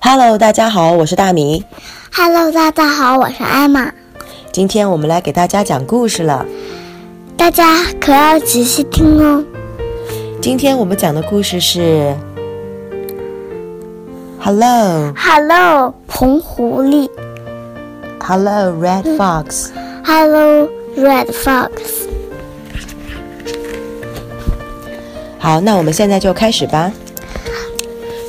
Hello，大家好，我是大米。 Hello，大家好，我是艾玛。今天我们来给大家讲故事了。大家可要仔细听哦。今天我们讲的故事是 Hello Hello，红狐狸。 Hello Red Fox。 Hello，Red Fox。好，那我们现在就开始吧。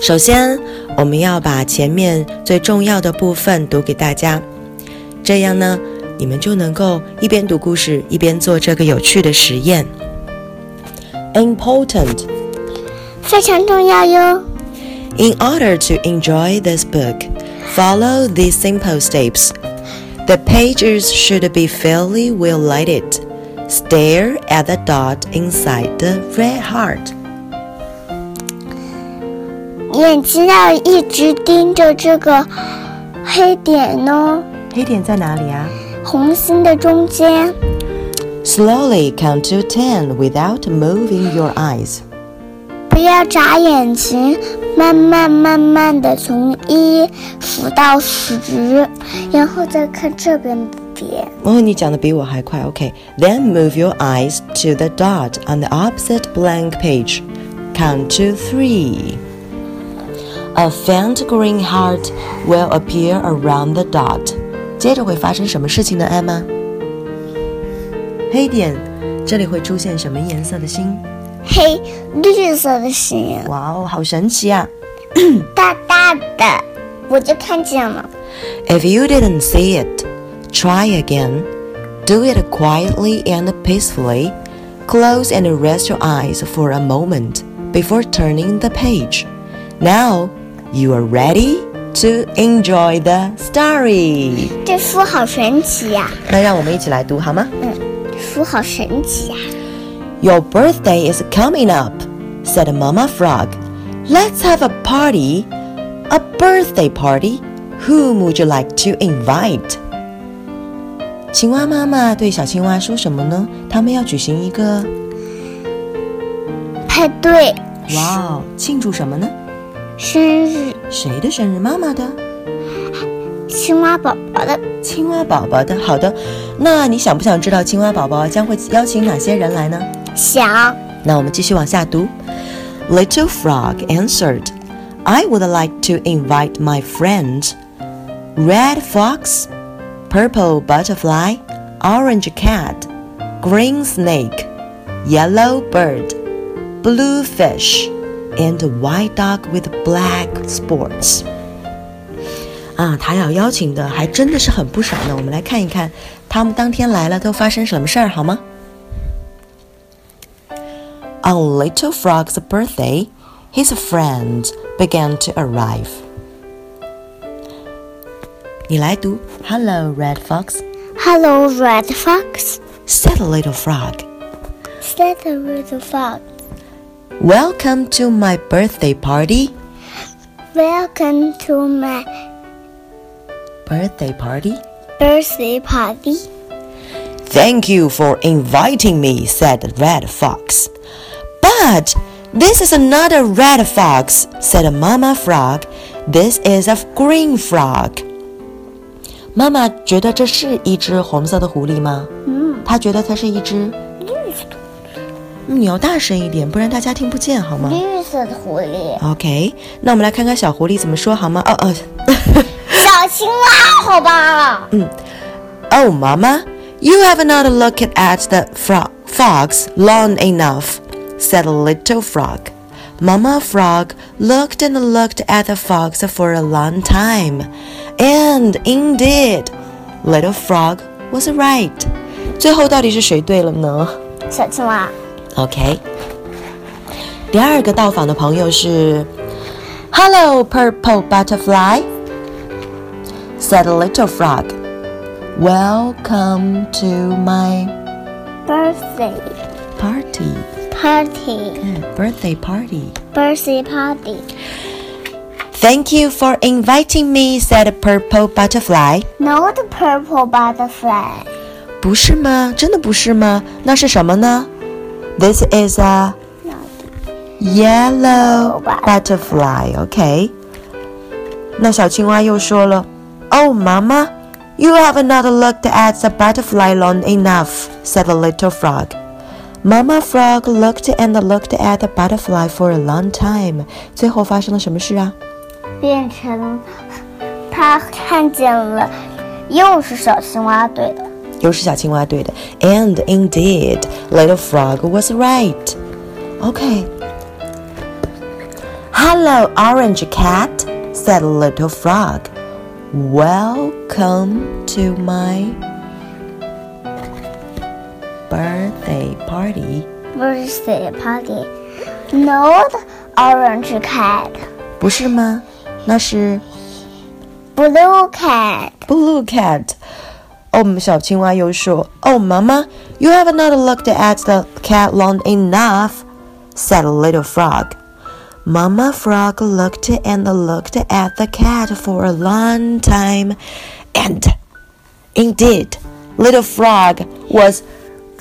首先，我们要把前面最重要的部分读给大家，这样呢，你们就能够一边读故事，一边做这个有趣的实验。Important 非常重要哟。 In order to enjoy this book, follow these simple steps. The pages should be fairly well lighted. Stare at the dot inside the red heart. 眼睛要一直盯着这个黑点哦，黑点在哪里啊红心的中间。 ？Slowly count to ten without moving your eyes. 不要眨眼睛，慢慢慢慢的从一数到十，然后再看这边边。哦，你讲的比我还快。OK, then move your eyes to the dot on the opposite blank page. Count to three. A faint green heart will appear around the dot. 接着会发生什么事情呢，艾玛？黑点，这里会出现什么颜色的星？黑绿色的心，哇哦，好神奇啊！大大的，我就看见了。 If you didn't see it, try again. Do it quietly and peacefully. Close and rest your eyes for a moment before turning the page. Now you are ready to enjoy the story. 这书好神奇呀、那让我们一起来读好吗？这书好神奇呀、 Your birthday is coming up, said Mama Frog. Let's have a party. A birthday party? Whom would you like to invite? 青蛙妈妈对小青蛙说什么呢？他们要举行一个派对，哇哦，庆祝什么呢？生日，谁的生日？妈妈的，青蛙宝宝的青蛙宝宝的。好的，那你想不想知道青蛙宝宝将会邀请哪些人来呢？响。那我们继续往下读。Little Frog answered, I would like to invite my friends Red Fox, Purple Butterfly, Orange Cat, Green Snake, Yellow Bird, Blue Fish, and White Dog with Black Spots. 啊，他要邀请的还真的是很不少呢。我们来看一看，他们当天来了都发生什么事儿，好吗？On Little Frog's birthday, his friends began to arrive. 你来读 Hello, Red Fox, Hello, Red Fox. said the little frog. Said the Red Fox. Welcome to my birthday party. Welcome to my Birthday party? birthday party. Thank you for inviting me, said Red Fox. But this is not a red fox, said Mama Frog. This is a green frog. 妈妈觉得这是一只红色的狐狸吗？嗯，她觉得它是一只绿色的你要大声一点，不然大家听不见好吗绿色的狐狸， ？OK，那我们来看看小狐狸怎么说好吗？哦哦小青蛙，好吧。 ，Oh, Mama, you have not looked at the fro fox long enough," said Little Frog. Mama Frog looked and looked at the fox for a long time, and indeed, Little Frog was right. 最后到底是谁对了呢？小青蛙 OK。第二个到访的朋友是，Hello, purple butterfly," said little frog. Welcome to my ，birthday party, birthday party，birthday party. party。 Thank you for inviting me," said purple butterfly. Not purple butterfly. 不是吗？真的不是吗？那是什么呢？This is a Not Yellow butterfly, okay. 那小青蛙又说了：“Oh, Mama, you haven't had a look at the butterfly long enough," said the little frog. Mama frog looked and looked at the butterfly for a long time. 最后发生了什么事啊？变成他看见了，又是小青蛙队的。又是小青蛙队的。And indeed, little frog was right. Okay. Hello, orange cat, said little frog. Welcome to my birthday party. Birthday party, not orange cat, 不是吗？那是 blue cat. blue cat。哦，我们小青蛙又说：“哦，妈妈，You have not looked at the cat long enough,” said little frog. Mama frog looked and looked at the cat for a long time, and indeed, little frog was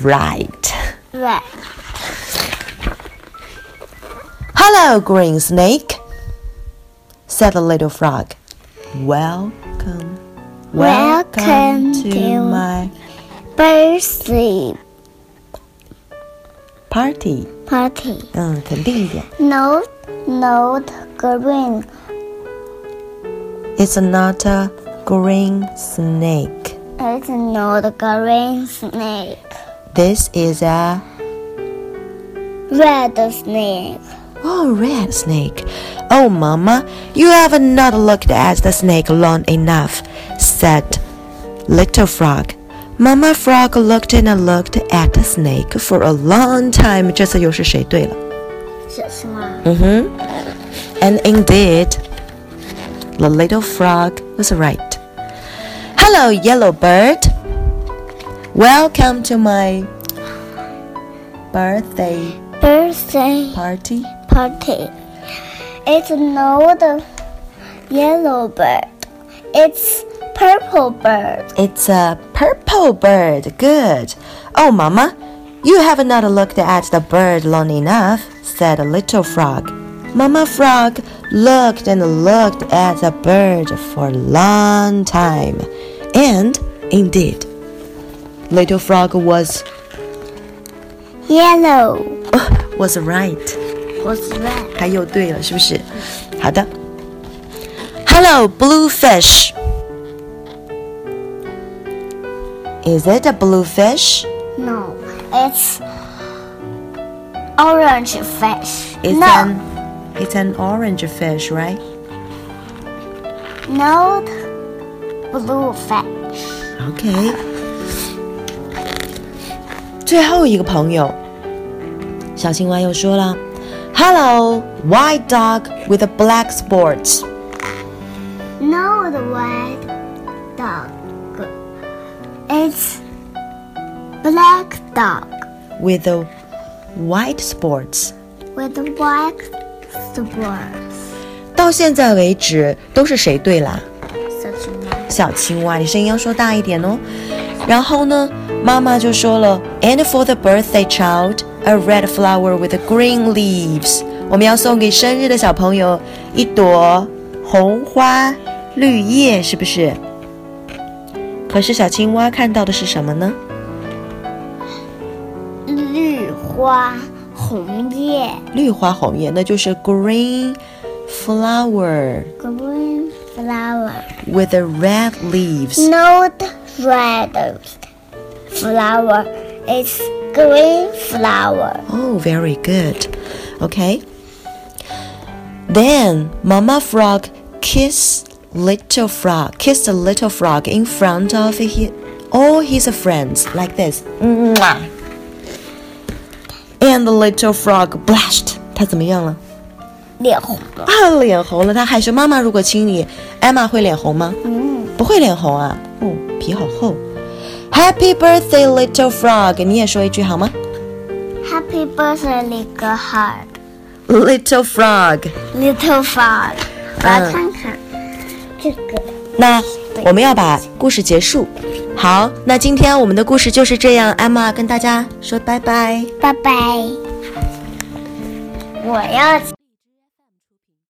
right. Right. Hello, green snake, said the little frog. Welcome, Welcome to to- my Birthday party. party, 嗯，肯定一点。 not not green. It's not a green snake. It's not green snake. This is a Red snake. oh red snake. Oh, Mama, you have not looked at the snake long enough," said Little Frog. Mama Frog looked and looked at the snake for a long time. 这次又是谁对了？小青蛙。嗯哼。And indeed, the little frog was right. Hello, yellow bird. Welcome to my birthday Birthday party. party. It's not a yellow bird. It's purple bird. It's a purple bird. Good. Oh, Mama, you have not looked at the bird long enough, said a little frog. Mama frog looked and looked at the bird for a long time. And indeed, little frog was Yellow was right. was red. 他又对了，是不是？好的。Hello, bluefish. Is it a bluefish? No, it's orange fish. It's no, an it's an orange fish, right? not blue fish. Okay. 最后一个朋友，小青蛙又说了：“Hello, white dog with a black spots. Not white dog. It's black dog With a white spots。 with black spots. ”到现在为止都是谁对啦？ Such a 小青蛙，你声音要说大一点哦。然后呢，妈妈就说了，And for the birthday child, a red flower with green leaves。我们要送给生日的小朋友一朵红花绿叶，是不是？可是小青蛙看到的是什么呢？绿花红叶绿花红叶，那就是 green flower ，green flower, with the red leaves。 not red flower. It's green flower. Oh, very good. Okay. Then Mama Frog kissed Little Frog, kissed the Little Frog in front of his, all his friends like this. Mwah. And the Little Frog blushed. 他怎么样了？脸红了，啊，脸红了。他还说：“妈妈，如果亲你，艾玛会脸红吗？”嗯，不会脸红啊。哦，皮好厚。Happy birthday, little frog！你也说一句好吗 Happy birthday, little heart, ？Little frog。 little frog。我要看看这个，那我们要把故事结束。好，那今天我们的故事就是这样。艾玛跟大家说拜拜。拜拜。我要。